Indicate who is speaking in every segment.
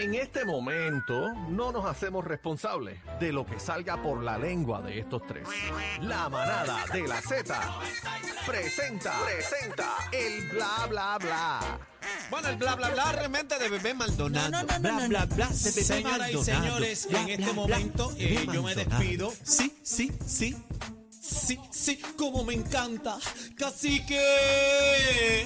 Speaker 1: En este momento no nos hacemos responsables de lo que salga por la lengua de estos tres. La manada de la Z presenta, presenta el bla bla bla.
Speaker 2: Bueno, el bla bla bla realmente de bebé Maldonado.
Speaker 3: No, no,
Speaker 2: bla
Speaker 3: no, no,
Speaker 2: bla
Speaker 3: no.
Speaker 2: bla de bebé
Speaker 4: Señoras y
Speaker 2: Maldonado.
Speaker 4: señores,
Speaker 2: Bla,
Speaker 4: en
Speaker 2: bla,
Speaker 4: este
Speaker 2: bla,
Speaker 4: momento
Speaker 2: bebé
Speaker 4: eh, yo me
Speaker 2: Maldonado.
Speaker 4: despido. Sí, sí, sí. Sí, sí, como me encanta. Casi que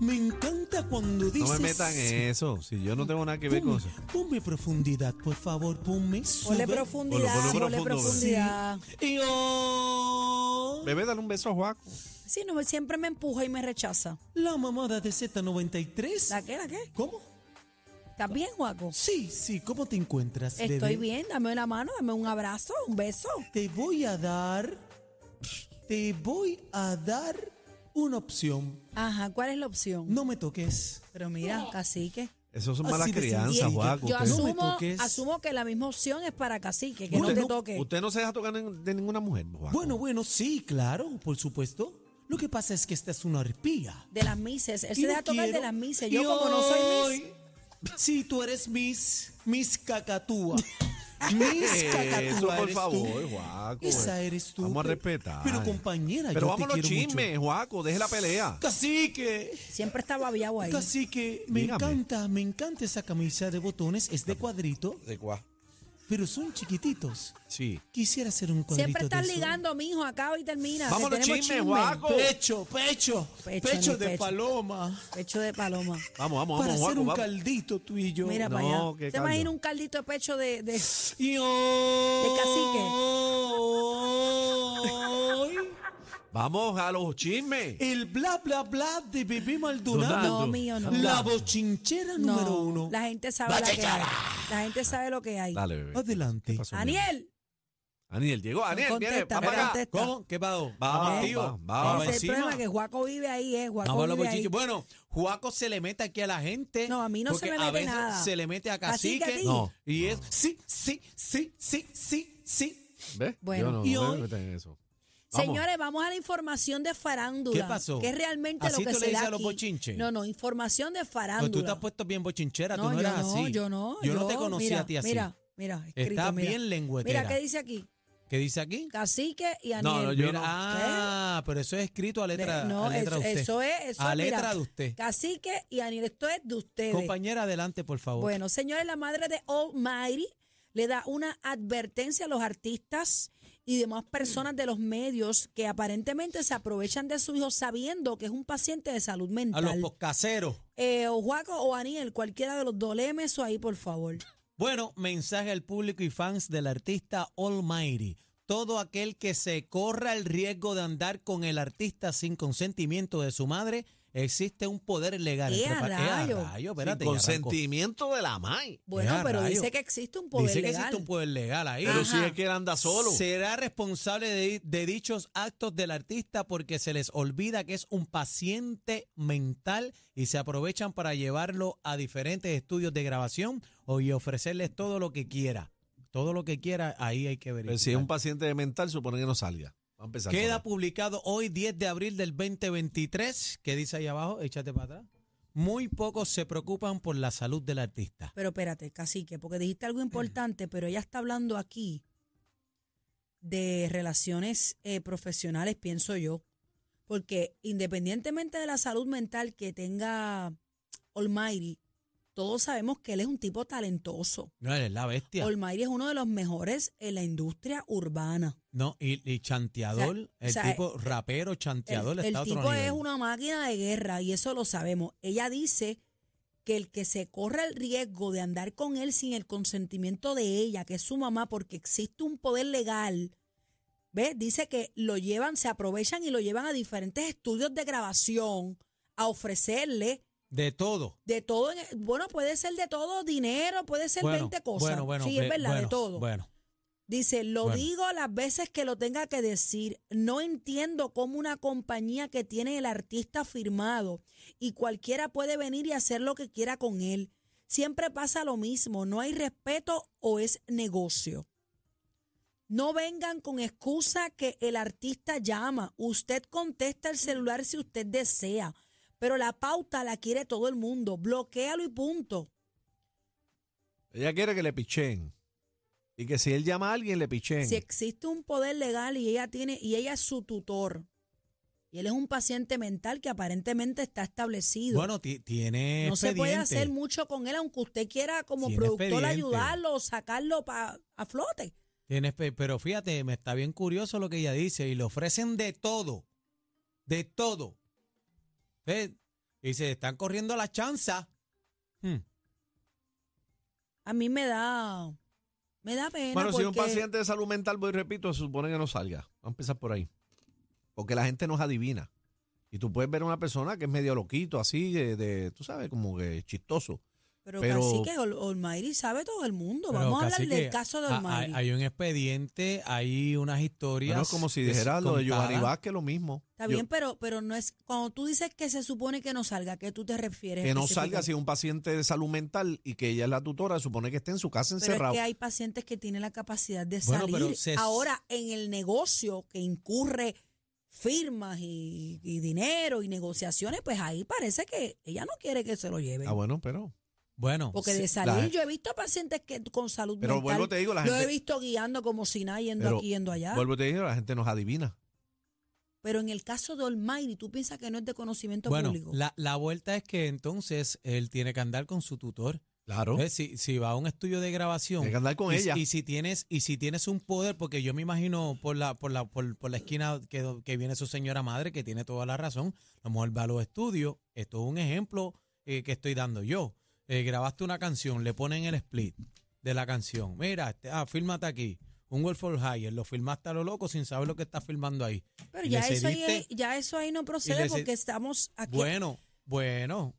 Speaker 4: me encanta cuando dices.
Speaker 2: No me metan en eso, si yo no tengo nada que ver con
Speaker 4: Ponme,
Speaker 2: eso.
Speaker 4: ponme profundidad, por favor, ponme.
Speaker 3: Ponle
Speaker 4: sube.
Speaker 3: profundidad,
Speaker 2: ponlo
Speaker 3: ponle
Speaker 2: profundo, bebé.
Speaker 3: profundidad.
Speaker 4: Y oh,
Speaker 2: Bebé, dale un beso a Juaco.
Speaker 3: Sí, no, siempre me empuja y me rechaza.
Speaker 4: la mamada de Z93.
Speaker 3: ¿La qué, la qué?
Speaker 4: ¿Cómo?
Speaker 3: ¿Estás bien, Juaco?
Speaker 4: Sí, sí, ¿cómo te encuentras?
Speaker 3: Estoy
Speaker 4: bebé?
Speaker 3: bien, dame la mano, dame un abrazo, un beso.
Speaker 4: te voy a dar, te voy a dar una opción.
Speaker 3: Ajá, ¿cuál es la opción?
Speaker 4: No me toques.
Speaker 3: Pero mira, cacique.
Speaker 2: Eso son
Speaker 4: Así
Speaker 2: malas
Speaker 4: Ah, de
Speaker 2: crianzas,
Speaker 4: sencillo.
Speaker 2: Juaco.
Speaker 4: no
Speaker 3: Yo
Speaker 4: me
Speaker 2: Usted,
Speaker 3: asumo,
Speaker 4: toques.
Speaker 3: asumo que la misma opción es para cacique, que no
Speaker 2: usted
Speaker 3: te toque.
Speaker 2: usted no se deja tocar en- de ninguna mujer, Juaco.
Speaker 4: Bueno, bueno, sí, claro, por supuesto. Lo que pasa es que esta es una arpía.
Speaker 3: De las mises, él
Speaker 2: Este
Speaker 4: Y
Speaker 3: se deja
Speaker 4: no
Speaker 3: tocar de
Speaker 4: quiero.
Speaker 3: las
Speaker 2: ¿eh?
Speaker 3: mises.
Speaker 4: Y
Speaker 3: Yo como no soy
Speaker 4: hoy-
Speaker 3: mis,
Speaker 4: Sí, tú eres Miss, Miss Cacatúa. Miss Cacatúa.
Speaker 2: Eso, por
Speaker 4: eres tú.
Speaker 2: favor, Juaco. eh.
Speaker 4: Esa eres tú.
Speaker 2: Vamos a
Speaker 4: Pero-
Speaker 2: respetar.
Speaker 4: Pero compañera,
Speaker 2: Pero
Speaker 4: yo
Speaker 2: vamos
Speaker 4: te
Speaker 2: a los
Speaker 4: quiero mucho.
Speaker 2: chismes, Juaco, deje la pelea.
Speaker 4: Cacique.
Speaker 3: siempre está babiado ahí.
Speaker 4: Cacique, me
Speaker 2: Dígame.
Speaker 4: encanta, me encanta esa camisa de botones. Es de cuadrito,
Speaker 2: ¿De cuá?
Speaker 4: pero son chiquititos.
Speaker 2: Sí.
Speaker 4: Quisiera hacer un cuadrito
Speaker 3: Siempre estás
Speaker 4: de eso.
Speaker 3: ligando, mijo, acá y termina.
Speaker 2: Vamos
Speaker 3: que
Speaker 2: a los
Speaker 3: tenemos
Speaker 2: chismes,
Speaker 3: chisme.
Speaker 2: Juaco.
Speaker 4: Pecho, pecho,
Speaker 3: Pecho,
Speaker 4: pecho,
Speaker 3: ni
Speaker 4: de
Speaker 3: pecho.
Speaker 4: paloma.
Speaker 3: Pecho de paloma.
Speaker 2: Vamos, vamos,
Speaker 4: para
Speaker 2: vamos,
Speaker 4: hacer
Speaker 2: Juaco.
Speaker 4: un
Speaker 2: vamos.
Speaker 4: caldito tú y yo.
Speaker 3: Mira
Speaker 2: No,
Speaker 3: para allá.
Speaker 2: qué
Speaker 3: ¿Te
Speaker 2: caldo.
Speaker 3: imaginas un caldito de pecho de, de-
Speaker 4: Y oh, hoy-
Speaker 3: De
Speaker 4: hoy,
Speaker 2: Vamos a los chismes.
Speaker 4: El bla bla bla de bebé Maldonado.
Speaker 3: No, mío, no.
Speaker 4: La bochinchera
Speaker 3: No,
Speaker 4: número uno.
Speaker 3: La gente sabe la que hay. La gente sabe lo que hay.
Speaker 2: Dale, bebé.
Speaker 4: Adelante.
Speaker 2: pasó,
Speaker 3: Daniel,
Speaker 2: Aniel llegó, Aniel, viene, va
Speaker 3: contesta, no
Speaker 2: para acá.
Speaker 3: contesta.
Speaker 4: ¿Cómo? ¿Qué pasó?
Speaker 2: Vamos,
Speaker 3: ¿Eh?
Speaker 2: tío,
Speaker 4: Vamos
Speaker 2: vamos.
Speaker 3: ese es el
Speaker 4: encima.
Speaker 3: problema que Juaco vive ahí, eh. Juaco
Speaker 4: Ah, Vamos a la
Speaker 3: vive ahí.
Speaker 4: bochinche. Bueno, Juaco se le mete aquí a la gente.
Speaker 3: No, a mí no se
Speaker 4: porque
Speaker 3: me
Speaker 4: a
Speaker 3: mete
Speaker 4: veces
Speaker 3: nada.
Speaker 4: Se le mete a
Speaker 3: Cacique,
Speaker 4: cacique.
Speaker 3: a ti.
Speaker 2: No.
Speaker 4: Y es sí, sí, sí, sí, sí, sí.
Speaker 2: ¿Ves?
Speaker 3: Bueno.
Speaker 2: Yo no,
Speaker 4: Y
Speaker 2: no me
Speaker 4: hoy-
Speaker 2: meto en eso. Vamos.
Speaker 3: Señores, vamos a la información de farándula.
Speaker 4: pues, ¿Qué pasó?
Speaker 3: Que es realmente
Speaker 4: ¿Así
Speaker 3: lo que
Speaker 4: tú
Speaker 3: se
Speaker 4: le dices
Speaker 3: da
Speaker 4: a los
Speaker 3: aquí.
Speaker 4: bochinches?
Speaker 3: No, no, información de
Speaker 4: No,
Speaker 3: farándula.
Speaker 4: tú te has puesto bien bochinchera,
Speaker 3: No,
Speaker 4: tú no
Speaker 3: yo
Speaker 4: eras
Speaker 3: no,
Speaker 4: así.
Speaker 3: yo no.
Speaker 4: Yo no te conocí
Speaker 3: mira,
Speaker 4: a ti así.
Speaker 3: Mira, mira, escrito,
Speaker 4: Estás
Speaker 3: mira.
Speaker 4: bien lengüetera.
Speaker 3: Mira, ¿qué dice aquí?
Speaker 4: ¿Qué dice aquí?
Speaker 3: Cacique y Aniel.
Speaker 2: no, yo
Speaker 4: Mira,
Speaker 2: no.
Speaker 4: Ah, pero eso es escrito a letra,
Speaker 3: De- no,
Speaker 4: a letra
Speaker 3: eso,
Speaker 4: de usted.
Speaker 3: eso es. Eso
Speaker 4: a
Speaker 3: es, mira,
Speaker 4: letra de usted.
Speaker 3: Cacique y Aniel, esto es de ustedes.
Speaker 4: Compañera, adelante, por favor.
Speaker 3: Bueno, señores, la madre de Almighty le da una advertencia a los artistas y demás personas de los medios que aparentemente se aprovechan de su hijo sabiendo que es un paciente de salud
Speaker 4: a los
Speaker 3: mental.
Speaker 4: poscaseros.
Speaker 3: Eh, o Juaco o Aniel, cualquiera de los dos, léeme eso ahí, por favor.
Speaker 4: Bueno, mensaje al público y fans del artista Almighty. Todo aquel que se corra el riesgo de andar con el artista sin consentimiento de su madre, existe un poder legal.
Speaker 3: ¡Ea,
Speaker 4: Entre pa-
Speaker 3: rayo!
Speaker 4: rayo!
Speaker 2: Sin
Speaker 4: Espérate, ya arrancó.
Speaker 2: consentimiento de la MAI.
Speaker 3: Bueno,
Speaker 4: Ya,
Speaker 3: pero
Speaker 4: rayo.
Speaker 3: dice que existe un poder
Speaker 4: Dice que
Speaker 3: legal. Ah,
Speaker 4: existe un poder legal ahí.
Speaker 2: Pero
Speaker 3: Ajá.
Speaker 2: si es que él anda solo.
Speaker 4: Será responsable de, de dichos actos del artista porque se les olvida que es un paciente mental y se aprovechan para llevarlo a diferentes estudios de grabación o y ofrecerles todo lo que quiera. Todo lo que quiera, ahí hay que
Speaker 2: Pero
Speaker 4: verificar.
Speaker 2: Pues si es un paciente mental, supone que no salga. Va a empezar.
Speaker 4: Queda
Speaker 2: con
Speaker 4: publicado hoy 10 de abril del 2023, que dice ahí abajo, échate para atrás. Muy pocos se preocupan por la salud del artista.
Speaker 3: Pero espérate, cacique, porque dijiste algo importante, pero ella está hablando aquí de relaciones eh, profesionales, pienso yo. Porque independientemente de la salud mental que tenga Almighty, todos sabemos que él es un tipo talentoso.
Speaker 4: No, eres la bestia.
Speaker 3: Almighty es uno de los mejores en la industria urbana.
Speaker 4: No, y, y chanteador,
Speaker 3: O sea,
Speaker 4: el
Speaker 3: o sea,
Speaker 4: tipo rapero
Speaker 3: El,
Speaker 4: chanteador está
Speaker 3: el
Speaker 4: a otro
Speaker 3: tipo
Speaker 4: nivel.
Speaker 3: es una máquina de guerra y eso lo sabemos. Ella dice que el que se corra el riesgo de andar con él sin el consentimiento de ella, que es su mamá, porque existe un poder legal, ¿ves? Dice que lo llevan, se aprovechan y lo llevan a diferentes estudios de grabación a ofrecerle
Speaker 4: De todo.
Speaker 3: de todo. en- bueno, puede ser de todo, dinero, puede ser
Speaker 4: Bueno,
Speaker 3: 20 cosas.
Speaker 4: Bueno, bueno,
Speaker 3: sí, es
Speaker 4: ve-
Speaker 3: verdad,
Speaker 4: bueno,
Speaker 3: de todo.
Speaker 4: Bueno,
Speaker 3: Dice, lo
Speaker 4: Bueno.
Speaker 3: digo las veces que lo tenga que decir. No entiendo cómo una compañía que tiene el artista firmado y cualquiera puede venir y hacer lo que quiera con él. Siempre pasa lo mismo, no hay respeto o es negocio. No vengan con excusa que el artista llama. Usted contesta el celular si usted desea, pero la pauta la quiere todo el mundo. Bloquéalo y punto.
Speaker 2: Ella quiere que le picheen. Y que si él llama a alguien, le picheen.
Speaker 3: Si existe un poder legal y ella tiene y ella es su tutor y él es un paciente mental que aparentemente está establecido.
Speaker 4: Bueno, ti- tiene
Speaker 3: no se puede
Speaker 4: expediente.
Speaker 3: hacer mucho con él aunque usted quiera como
Speaker 4: Tiene
Speaker 3: productor
Speaker 4: expediente.
Speaker 3: ayudarlo o sacarlo pa- a flote.
Speaker 4: Tiene espe- pero fíjate, me está bien curioso lo que ella dice. Y le ofrecen de todo. De todo. ¿Ves? Y se están corriendo las chanzas. Hmm.
Speaker 3: A mí me da me da pena
Speaker 2: Bueno, si
Speaker 3: porque
Speaker 2: es un paciente de salud mental, voy y repito, se supone que no salga. Vamos a empezar por ahí. Porque la gente nos adivina. Y tú puedes ver a una persona que es medio loquito, así, de, de- tú sabes, como que chistoso.
Speaker 3: pero,
Speaker 2: pero-
Speaker 3: casi que Ol- Olmairi sabe todo el mundo.
Speaker 4: Pero
Speaker 3: Vamos a hablar
Speaker 4: cacique,
Speaker 3: del caso de
Speaker 4: ha- hay,
Speaker 3: Olmairi.
Speaker 4: hay un expediente, hay unas historias.
Speaker 2: Bueno, es como si
Speaker 4: que se-
Speaker 2: dijera lo de Giovanni
Speaker 4: contadas.
Speaker 2: Vázquez, lo mismo.
Speaker 3: Está
Speaker 2: Yo-
Speaker 3: bien, pero pero no es cuando tú dices que se supone que no salga, ¿a qué tú te refieres?
Speaker 2: que no salga si
Speaker 3: específicamente?
Speaker 2: es un paciente de salud mental y que ella es la tutora, supone que esté en su casa
Speaker 3: Pero
Speaker 2: encerrado.
Speaker 3: es que hay pacientes que tienen la capacidad de
Speaker 4: Bueno,
Speaker 3: salir.
Speaker 4: pero se-
Speaker 3: Ahora, en el negocio que incurre firmas y, y dinero y negociaciones, pues ahí parece que ella no quiere que se lo lleven.
Speaker 2: Ah, bueno, pero.
Speaker 4: Bueno,
Speaker 3: Porque de
Speaker 4: se-
Speaker 3: salir,
Speaker 2: la-
Speaker 3: yo he visto pacientes que con salud
Speaker 2: Pero
Speaker 3: mental,
Speaker 2: vuelvo te digo, la
Speaker 3: lo he
Speaker 2: gente-
Speaker 3: visto guiando como si nada, yendo
Speaker 2: Pero
Speaker 3: aquí, yendo allá.
Speaker 2: Vuelvo y te digo, la gente nos adivina.
Speaker 3: Pero en el caso de Olmairi, tú piensas que no es de conocimiento
Speaker 4: bueno
Speaker 3: público.
Speaker 4: la, la vuelta es que entonces él tiene que andar con su tutor.
Speaker 2: Claro.
Speaker 4: ¿Ves? Si, si va a un estudio de grabación.
Speaker 2: Tiene que andar con
Speaker 4: Pues, y,
Speaker 2: ella.
Speaker 4: y si tienes, y si tienes un poder, porque yo me imagino por la, por la, por, por la esquina que, do- que viene su señora madre, que tiene toda la razón, a lo mejor va a los estudios. Esto es un ejemplo eh, que estoy dando yo. Eh, grabaste una canción, le ponen el split de la canción. Mira, este, ah, fírmate aquí. Un Wolf for Hire, lo filmaste a lo loco sin saber lo que estás filmando ahí.
Speaker 3: Pero
Speaker 4: y
Speaker 3: ya
Speaker 4: le
Speaker 3: eso, ahí,
Speaker 4: cediste-
Speaker 3: ya eso ahí no procede
Speaker 4: le ced-
Speaker 3: porque estamos aquí.
Speaker 4: Bueno, bueno.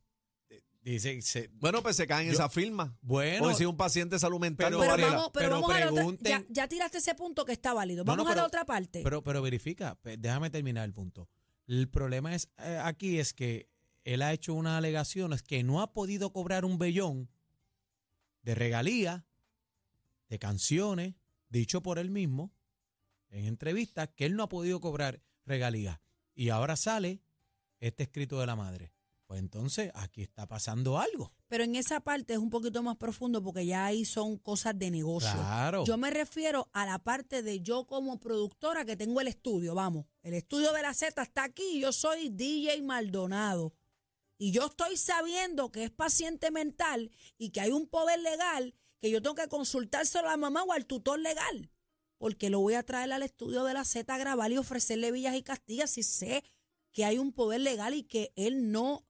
Speaker 4: eh, Dice, se-
Speaker 2: Bueno, pues se caen en
Speaker 4: Yo-
Speaker 2: esa firma.
Speaker 4: bueno.
Speaker 2: o si es un paciente de salud mental,
Speaker 4: Pero
Speaker 2: no
Speaker 3: pero,
Speaker 2: vale la-
Speaker 3: vamos, pero
Speaker 4: pero
Speaker 3: vamos a la otra. Ya,
Speaker 4: pregunten-
Speaker 3: ya tiraste ese punto que está válido.
Speaker 4: No, no,
Speaker 3: Vamos a la
Speaker 4: pero-
Speaker 3: otra parte.
Speaker 4: Pero, pero verifica, pe- déjame terminar el punto. El problema es eh, aquí es que él ha hecho unas alegaciones que no ha podido cobrar un bellón de regalías, de canciones, dicho por él mismo en entrevistas, que él no ha podido cobrar regalías. Y ahora sale este escrito de la madre. Pues entonces aquí está pasando algo.
Speaker 3: Pero en esa parte es un poquito más profundo porque ya ahí son cosas de negocio.
Speaker 4: Claro.
Speaker 3: Yo me refiero a la parte de yo como productora que tengo el estudio, vamos. El estudio de la Z está aquí y yo soy DJ Maldonado. Y yo estoy sabiendo que es paciente mental y que hay un poder legal que yo tengo que consultárselo a la mamá o al tutor legal. Porque lo voy a traer al estudio de la Z a grabar y ofrecerle villas y castillas si sé que hay un poder legal y que él no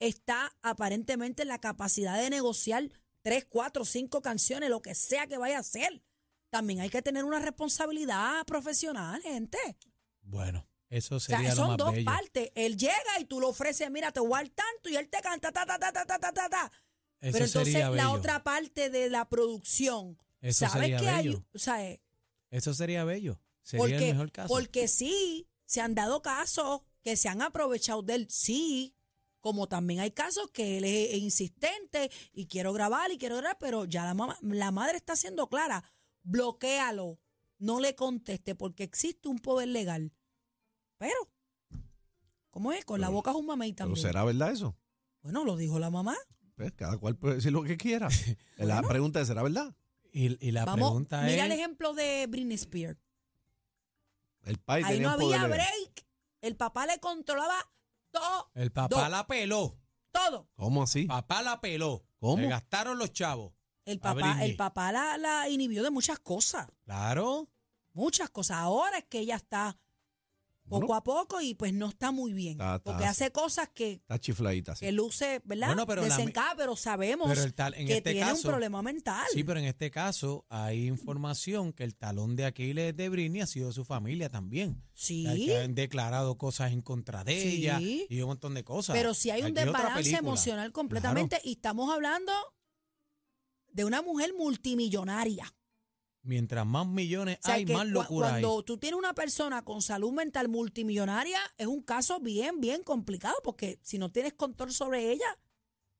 Speaker 3: está aparentemente en la capacidad de negociar tres, cuatro, cinco canciones, lo que sea que vaya a hacer. También hay que tener una responsabilidad profesional, gente.
Speaker 4: Bueno, eso
Speaker 3: O sea,
Speaker 4: sería lo
Speaker 3: son
Speaker 4: más
Speaker 3: dos
Speaker 4: bello.
Speaker 3: partes. Él llega y tú le ofreces, mira, te voy a dar tanto y él te canta, ta, ta, ta, ta, ta, ta, ta, ta.
Speaker 4: Eso
Speaker 3: Pero entonces
Speaker 4: sería
Speaker 3: la
Speaker 4: bello.
Speaker 3: otra parte de la producción,
Speaker 4: Eso
Speaker 3: ¿sabes
Speaker 4: sería
Speaker 3: que hay?
Speaker 4: bello.
Speaker 3: O sea, eh,
Speaker 4: Eso sería bello. Sería
Speaker 3: porque,
Speaker 4: el mejor caso.
Speaker 3: porque sí, se han dado casos que se han aprovechado de él, sí. Como también hay casos que él es insistente y quiero grabar y quiero grabar, pero ya la, mamá, la madre está siendo clara. Bloquéalo, no le conteste porque existe un poder legal. Pero, ¿cómo es? Con la
Speaker 2: Pero-
Speaker 3: boca es un mamey
Speaker 2: Pero
Speaker 3: también.
Speaker 2: será verdad eso.
Speaker 3: Bueno, lo dijo la mamá.
Speaker 2: Pues, cada cual puede decir lo que quiera. La pregunta es, ¿será verdad?
Speaker 4: Y, y la
Speaker 3: Vamos,
Speaker 4: pregunta
Speaker 3: mira el
Speaker 4: es,
Speaker 3: ejemplo de Britney Spears.
Speaker 2: El país
Speaker 3: Ahí no
Speaker 2: tenía un poder
Speaker 3: había
Speaker 2: legal.
Speaker 3: break. El papá le controlaba todo,
Speaker 4: el papá
Speaker 3: Dos.
Speaker 4: la peló,
Speaker 3: todo.
Speaker 2: ¿Cómo así?
Speaker 4: papá la peló,
Speaker 2: ¿Cómo?
Speaker 4: le gastaron los chavos,
Speaker 3: El
Speaker 4: A
Speaker 3: papá,
Speaker 4: Britney.
Speaker 3: el papá la, la inhibió de muchas cosas,
Speaker 4: claro,
Speaker 3: muchas cosas. Ahora es que ella está poco
Speaker 2: Bueno,
Speaker 3: a poco y pues no está muy bien.
Speaker 2: Está- está-
Speaker 3: porque hace cosas que,
Speaker 2: está chifladita. sí.
Speaker 3: que luce, ¿verdad?
Speaker 4: Bueno, pero la me-
Speaker 3: Desencada, pero sabemos
Speaker 4: pero el tal, en
Speaker 3: que
Speaker 4: este
Speaker 3: tiene un
Speaker 4: caso,
Speaker 3: problema mental.
Speaker 4: sí, pero en este caso hay información que el talón de Aquiles de Britney ha sido su familia también,
Speaker 3: Sí,
Speaker 4: que han declarado cosas en contra de
Speaker 3: Sí.
Speaker 4: ella y un montón de cosas,
Speaker 3: pero si hay un
Speaker 4: Aquí otra
Speaker 3: desbalance
Speaker 4: película.
Speaker 3: emocional completamente y estamos hablando de una mujer multimillonaria.
Speaker 4: mientras más millones
Speaker 3: O sea,
Speaker 4: hay,
Speaker 3: que
Speaker 4: más
Speaker 3: cua-
Speaker 4: locura hay,
Speaker 3: cuando tú tienes una persona con salud mental multimillonaria, es un caso bien, bien complicado, porque si no tienes control sobre ella,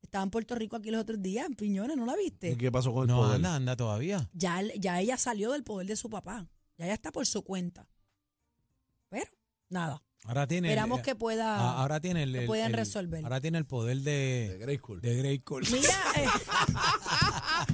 Speaker 3: estaba en Puerto Rico aquí los otros días, en Piñones, ¿no la
Speaker 2: ¿Y
Speaker 3: viste?
Speaker 2: qué pasó con el
Speaker 4: no
Speaker 2: poder?
Speaker 4: anda, anda todavía,
Speaker 3: Ya, él- ya ella salió del poder de su papá, ya ella está por su cuenta. Pero, nada,
Speaker 4: ahora tiene, el-
Speaker 3: esperamos que pueda...
Speaker 4: a- Ah,
Speaker 2: ah,
Speaker 4: ahora tiene el,
Speaker 3: que
Speaker 4: el-
Speaker 3: puedan
Speaker 4: el-
Speaker 3: Ah, resolver.
Speaker 4: ahora tiene el poder eh,
Speaker 2: De
Speaker 4: de,
Speaker 2: Grey School.
Speaker 4: de Grey Cole.
Speaker 3: Mira, eh,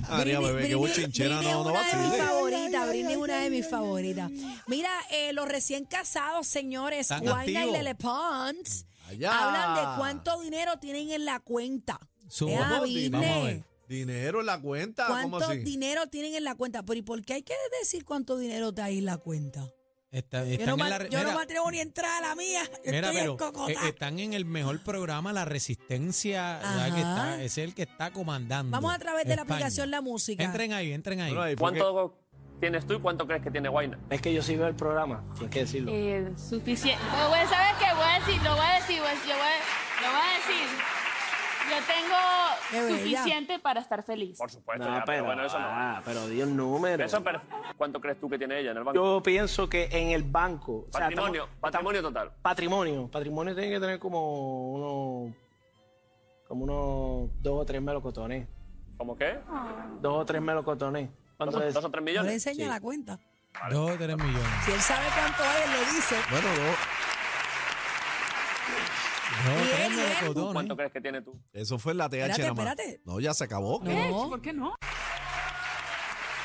Speaker 2: María,
Speaker 3: Britney-
Speaker 2: bebé, qué
Speaker 3: Britney-
Speaker 2: bochinchera,
Speaker 3: Britney
Speaker 2: no, no
Speaker 3: es una de mis
Speaker 2: vacile.
Speaker 3: favoritas, Britney es una de mis favoritas. Mira, eh, los recién casados, señores,
Speaker 4: Están
Speaker 3: Wayne y
Speaker 4: activos.
Speaker 3: Lele Pons,
Speaker 2: Allá.
Speaker 3: hablan de cuánto dinero tienen en la cuenta.
Speaker 4: Su-
Speaker 3: Vea,
Speaker 2: Ojo,
Speaker 3: Britney,
Speaker 2: dinero. Vamos a ver. Dinero en la
Speaker 4: Ah,
Speaker 2: cuenta, ¿cómo
Speaker 3: ¿Cuánto
Speaker 2: así?
Speaker 3: dinero tienen en la cuenta? Pero ¿y por qué hay que decir cuánto dinero te hay en la cuenta?
Speaker 4: Está-
Speaker 3: Yo,
Speaker 4: están
Speaker 3: no,
Speaker 4: en
Speaker 3: me-
Speaker 4: la re-
Speaker 3: yo no
Speaker 4: mira,
Speaker 3: me atrevo ni a entrar a la mía. Yo
Speaker 4: Mira,
Speaker 3: estoy
Speaker 4: pero eh,
Speaker 3: escocotada.
Speaker 4: están en el mejor programa, La Resistencia. ¿verdad? Que
Speaker 3: Ajá.
Speaker 4: está, es el que está comandando.
Speaker 3: Vamos a través de la
Speaker 4: España.
Speaker 3: aplicación La Música.
Speaker 4: Entren ahí, entren ahí.
Speaker 2: Bueno, ahí fue que-
Speaker 5: ¿Cuánto tienes tú y cuánto crees que tiene Guayna?
Speaker 6: Es que yo sí veo el programa, tienes que decirlo.
Speaker 7: Eh, suficiente. Oh, bueno, ¿sabes qué? Voy a decir, lo voy a decir, pues, yo voy a- lo voy a decir.
Speaker 3: Qué
Speaker 7: Yo tengo
Speaker 3: bella.
Speaker 7: suficiente para estar feliz.
Speaker 5: Por supuesto,
Speaker 6: no,
Speaker 5: ya,
Speaker 6: pero,
Speaker 5: pero Pues, bueno, eso no.
Speaker 6: ah, pero di el número.
Speaker 5: Eso, pero ¿cuánto crees tú que tiene ella en el banco?
Speaker 6: yo pienso que en el banco. o sea,
Speaker 5: patrimonio,
Speaker 6: estamos-
Speaker 5: patrimonio total.
Speaker 6: estamos- patrimonio. Patrimonio tiene que tener como unos. Como unos dos o tres melocotones.
Speaker 5: ¿Cómo qué?
Speaker 6: Dos o tres melocotones.
Speaker 5: ¿Dos,
Speaker 6: ¿Cuánto es?
Speaker 5: dos o tres
Speaker 3: No le
Speaker 5: millones?
Speaker 3: enseña la cuenta.
Speaker 4: Dos, tres millones.
Speaker 3: Si él sabe cuánto es, lo dice.
Speaker 2: Bueno, dos.
Speaker 4: Dos,
Speaker 3: Y
Speaker 4: tres
Speaker 3: él, y él,
Speaker 5: ¿Tú
Speaker 4: melocotones.
Speaker 5: ¿Cuánto crees que tiene tú?
Speaker 2: Eso fue en la TH
Speaker 3: Espérate,
Speaker 2: nada más.
Speaker 3: espérate.
Speaker 2: No, ya se acabó.
Speaker 3: No. ¿Por qué no?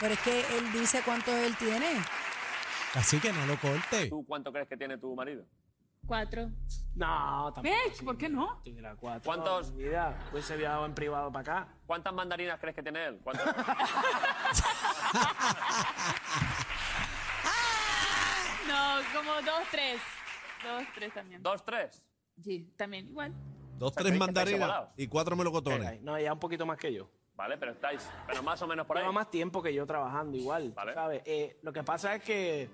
Speaker 3: Pero es que él dice cuánto él tiene.
Speaker 4: Así que no lo corte.
Speaker 5: ¿Tú cuánto crees que tiene tu marido?
Speaker 7: Cuatro.
Speaker 6: No, tampoco.
Speaker 7: ¿por qué no?
Speaker 6: Tuviera cuatro.
Speaker 5: ¿Cuántos?
Speaker 6: No, Mira, pues se viajado en privado para acá.
Speaker 5: ¿Cuántas mandarinas crees que tiene él? ¿Cuánto-
Speaker 7: No, como dos, tres. Dos, tres también.
Speaker 5: ¿Dos, tres?
Speaker 7: Sí, también igual.
Speaker 2: Dos,
Speaker 5: sea,
Speaker 2: tres
Speaker 5: que- que está
Speaker 2: mandarinas
Speaker 5: igualado.
Speaker 2: y cuatro melocotones.
Speaker 6: Ay, No, ella un poquito más que yo.
Speaker 5: Vale, pero estáis, pero más o menos por ahí.
Speaker 6: Lleva más tiempo que yo trabajando igual, tú
Speaker 5: Vale.
Speaker 6: ¿sabes? Eh, lo que pasa es que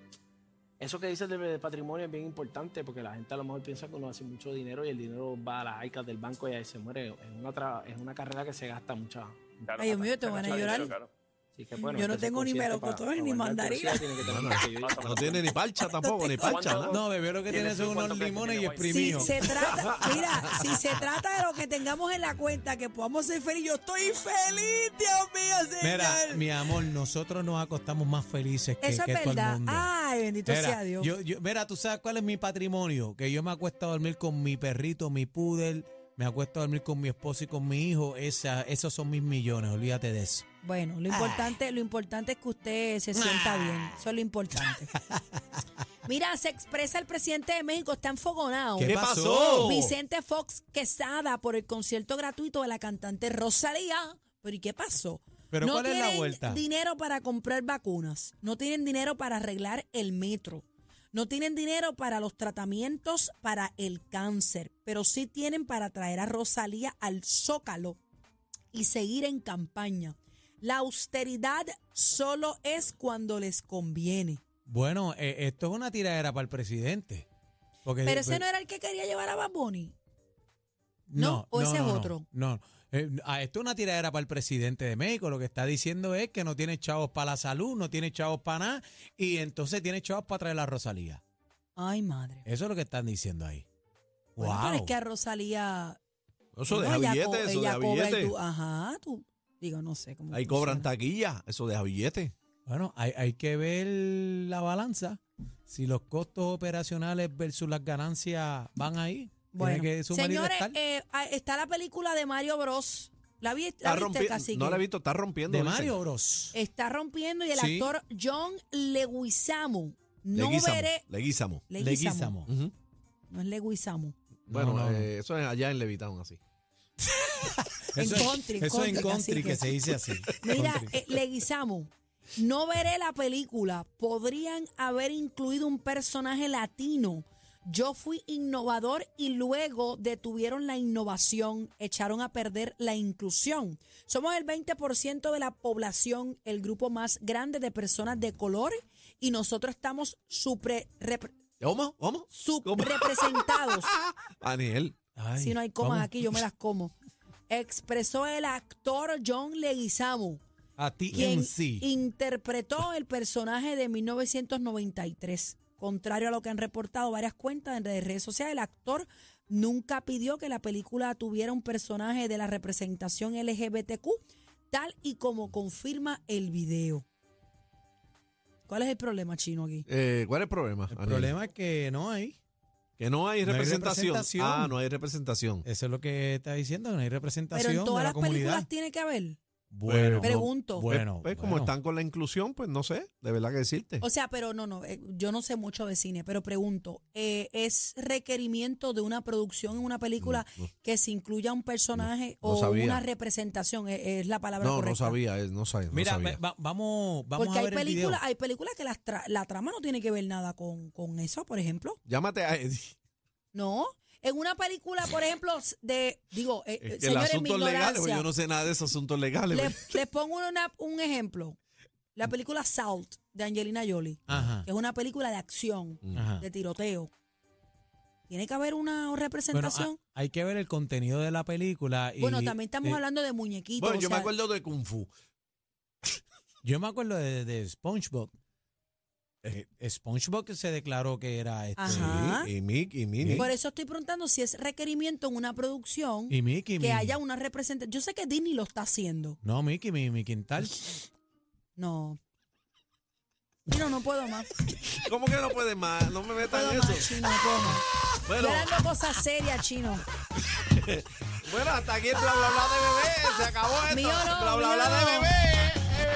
Speaker 6: eso que dices de, de patrimonio es bien importante porque la gente a lo mejor piensa que uno hace mucho dinero y el dinero va a las arcas del banco y ahí se muere. Es una, tra- es una carrera que se gasta mucha.
Speaker 5: Claro,
Speaker 3: Ay, Dios mío, te
Speaker 5: claro,
Speaker 3: van a
Speaker 5: claro,
Speaker 3: llorar.
Speaker 5: claro.
Speaker 6: Así que, bueno,
Speaker 3: Yo
Speaker 6: hay
Speaker 3: no
Speaker 6: que ser
Speaker 3: tengo ni
Speaker 6: consciente pa-
Speaker 3: melocotón
Speaker 6: pa
Speaker 3: ni
Speaker 6: guardar
Speaker 3: mandarina.
Speaker 6: curiosidad, tiene que tener más que yo.
Speaker 2: No tiene ni parcha tampoco, ni parcha.
Speaker 5: ¿Cuánto?
Speaker 2: ¿no?
Speaker 4: No, bebé, lo que tiene
Speaker 5: ¿Tienes
Speaker 4: son
Speaker 5: tú
Speaker 4: unos
Speaker 5: cuánto crees que
Speaker 4: limones y
Speaker 5: tiene Guayna?
Speaker 3: Si
Speaker 4: exprimidos.
Speaker 3: se trata, mira, si se trata de lo que tengamos en la cuenta, que podamos ser felices. Yo estoy feliz, Dios mío, señor.
Speaker 4: Mira, mi amor, nosotros nos acostamos más felices que,
Speaker 3: Eso
Speaker 4: que
Speaker 3: es
Speaker 4: todo el
Speaker 3: verdad. Ah,
Speaker 4: mundo.
Speaker 3: Ay, bendito sea
Speaker 4: Mira,
Speaker 3: Dios.
Speaker 4: yo- yo- mira, tú sabes cuál es mi patrimonio. Que yo me acuesto a dormir con mi perrito, mi poodle. Me acuesto a dormir con mi esposo y con mi hijo. Esa, esos son mis millones. Olvídate de eso.
Speaker 3: Bueno, lo importante, lo importante es que usted se sienta bien. Eso es lo importante. Mira, se expresa el presidente de México, está enfogonado.
Speaker 2: ¿Qué
Speaker 4: ¿Qué
Speaker 2: pasó?
Speaker 4: pasó?
Speaker 3: Vicente Fox Quesada por el concierto gratuito de la cantante Rosalía. ¿Pero y qué pasó?
Speaker 4: ¿Pero
Speaker 3: no
Speaker 4: cuál es la
Speaker 3: tienen
Speaker 4: vuelta?
Speaker 3: dinero para comprar vacunas, no tienen dinero para arreglar el metro, no tienen dinero para los tratamientos para el cáncer, pero sí tienen para traer a Rosalía al Zócalo y seguir en campaña. La austeridad solo es cuando les conviene.
Speaker 4: Bueno, eh, esto es una tiradera para el presidente. Porque,
Speaker 3: Pero ese no era el que quería llevar a Bad Bunny. ¿no? ¿O ese es otro?
Speaker 4: pues, No, Eh, a esto es una tiradera para el presidente de México. Lo que está diciendo es que no tiene chavos para la salud, no tiene chavos para nada, y entonces tiene chavos para traer a Rosalía.
Speaker 3: Ay, madre.
Speaker 4: Eso es lo que están diciendo ahí.
Speaker 3: Bueno, pero
Speaker 4: wow.
Speaker 3: es que a Rosalía
Speaker 2: Eso
Speaker 3: No,
Speaker 2: deja
Speaker 3: ella
Speaker 2: billete,
Speaker 3: co-
Speaker 2: eso
Speaker 3: ella
Speaker 2: deja
Speaker 3: cobra y
Speaker 2: billete.
Speaker 3: tú- ajá, tú. Digo, no sé cómo.
Speaker 2: Ahí
Speaker 3: funciona.
Speaker 2: cobran taquilla, eso deja billete.
Speaker 4: Bueno, hay, hay que ver la balanza. Si los costos operacionales versus las ganancias van ahí.
Speaker 3: Bueno,
Speaker 4: tiene que sumar y
Speaker 3: señores,
Speaker 4: restar.
Speaker 3: eh, ah, está la película de Mario Bros. ¿La, vi- la
Speaker 2: Está
Speaker 3: viste,
Speaker 2: rompi-
Speaker 3: Cacique?
Speaker 2: no la he visto, está rompiendo.
Speaker 4: de
Speaker 2: dicen.
Speaker 4: Mario Bros.
Speaker 3: Está rompiendo y el
Speaker 4: Sí.
Speaker 3: actor John Leguizamo. No
Speaker 2: Leguizamo,
Speaker 3: veré.
Speaker 2: Leguizamo.
Speaker 3: Leguizamo.
Speaker 4: Leguizamo.
Speaker 2: Ujú.
Speaker 3: No es Leguizamo.
Speaker 2: Bueno,
Speaker 4: no, no.
Speaker 2: eh, eso es allá en Levitown, así.
Speaker 3: En
Speaker 4: Eso es-
Speaker 3: country, en
Speaker 4: Eso es en
Speaker 3: country,
Speaker 4: country
Speaker 3: cacique.
Speaker 4: que se dice así.
Speaker 3: Mira,
Speaker 4: Country.
Speaker 3: eh, Leguizamo. No veré la película. Podrían haber incluido un personaje latino. Yo fui innovador y luego detuvieron la innovación, echaron a perder la inclusión. Somos el 20% de la población, el grupo más grande de personas de color y nosotros estamos supre- rep-
Speaker 2: ¿Cómo? ¿Cómo? ¿Cómo?
Speaker 3: subrepresentados.
Speaker 2: Daniel.
Speaker 4: Ay,
Speaker 3: Si no hay comas
Speaker 4: vamos.
Speaker 3: aquí, yo me las como. Expresó el actor John Leguizamo
Speaker 4: A ti
Speaker 3: quien
Speaker 4: en sí.
Speaker 3: interpretó el personaje de 1993. Contrario a lo que han reportado varias cuentas en redes redes sociales, el actor nunca pidió que la película tuviera un personaje de la representación LGBTQ, tal y como confirma el video. ¿Cuál es el problema chino aquí?
Speaker 2: Eh, ¿Cuál es el problema?
Speaker 4: El
Speaker 2: Aniel?
Speaker 4: problema es que no hay.
Speaker 2: Que no hay
Speaker 4: No hay
Speaker 2: representación.
Speaker 4: representación. Eh,
Speaker 2: Ah, no hay representación.
Speaker 4: Eso es lo que está diciendo, no hay representación
Speaker 3: Pero en todas
Speaker 4: de la
Speaker 3: las películas
Speaker 4: comunidad.
Speaker 3: tiene que haber.
Speaker 4: Bueno, no,
Speaker 3: Pregunto.
Speaker 2: Pues-
Speaker 4: Bueno,
Speaker 2: pues, como
Speaker 4: bueno.
Speaker 2: están con la inclusión, pues no sé, de verdad que decirte.
Speaker 3: O sea, pero no, no, eh, yo no sé mucho de cine, pero pregunto, eh, ¿es requerimiento de una producción en una película
Speaker 2: No, no.
Speaker 3: que se incluya un personaje
Speaker 2: No, no
Speaker 3: o
Speaker 2: sabía.
Speaker 3: una representación? Eh, Es, la palabra
Speaker 2: No, no
Speaker 3: correcta.
Speaker 2: sabía, eh, no sabía. no
Speaker 4: Mira,
Speaker 2: sabía.
Speaker 4: va- vamos, vamos
Speaker 3: Porque
Speaker 4: a
Speaker 3: hay
Speaker 4: ver el video.
Speaker 3: películas, hay películas que las tra- la trama no tiene que ver nada con, con eso, por ejemplo.
Speaker 2: Llámate a Eddie.
Speaker 3: No. En una película, por ejemplo, de, digo, eh,
Speaker 2: Es que el
Speaker 3: señores, mi
Speaker 2: asuntos legales, pues,
Speaker 3: ignorancia,
Speaker 2: yo no sé nada de esos asuntos legales.
Speaker 3: le-
Speaker 2: pues.
Speaker 3: les, pongo una- un ejemplo. La película Salt de Angelina Jolie,
Speaker 4: Ajá.
Speaker 3: que es una película de acción,
Speaker 4: ajá.
Speaker 3: de tiroteo. Tiene que haber
Speaker 2: ah,
Speaker 3: una
Speaker 4: Bueno,
Speaker 3: representación. Bueno,
Speaker 4: a- hay que ver el contenido de la película. Y,
Speaker 3: también estamos
Speaker 4: eh,
Speaker 3: hablando de muñequitos.
Speaker 2: Bueno,
Speaker 3: o
Speaker 2: yo me
Speaker 3: sea,
Speaker 2: acuerdo de Kung Fu.
Speaker 4: Yo me acuerdo de, de SpongeBob. Eh, SpongeBob se declaró que era este.
Speaker 3: Ajá.
Speaker 2: Sí, y Mick y Minnie.
Speaker 3: ¿Ah? Por eso estoy preguntando si es requerimiento en una producción
Speaker 4: Y Mickey.
Speaker 3: que
Speaker 4: mi-
Speaker 3: haya una representación. Yo sé que Disney lo está haciendo.
Speaker 4: No, Mickey, mi, mi quintal.
Speaker 3: No. Chino, no puedo más.
Speaker 2: ¿Cómo que no puede más? No me
Speaker 3: No
Speaker 2: metan
Speaker 3: puedo
Speaker 2: en
Speaker 3: más,
Speaker 2: eso.
Speaker 3: chino, no puedo más.
Speaker 2: Bueno,
Speaker 3: Yo dando cosas serias, chino.
Speaker 2: bueno, hasta aquí el bla bla bla de bebé. Se acabó esto.
Speaker 3: Mío no,
Speaker 2: bla bla
Speaker 3: mío
Speaker 2: bla de
Speaker 3: no.
Speaker 2: bebé.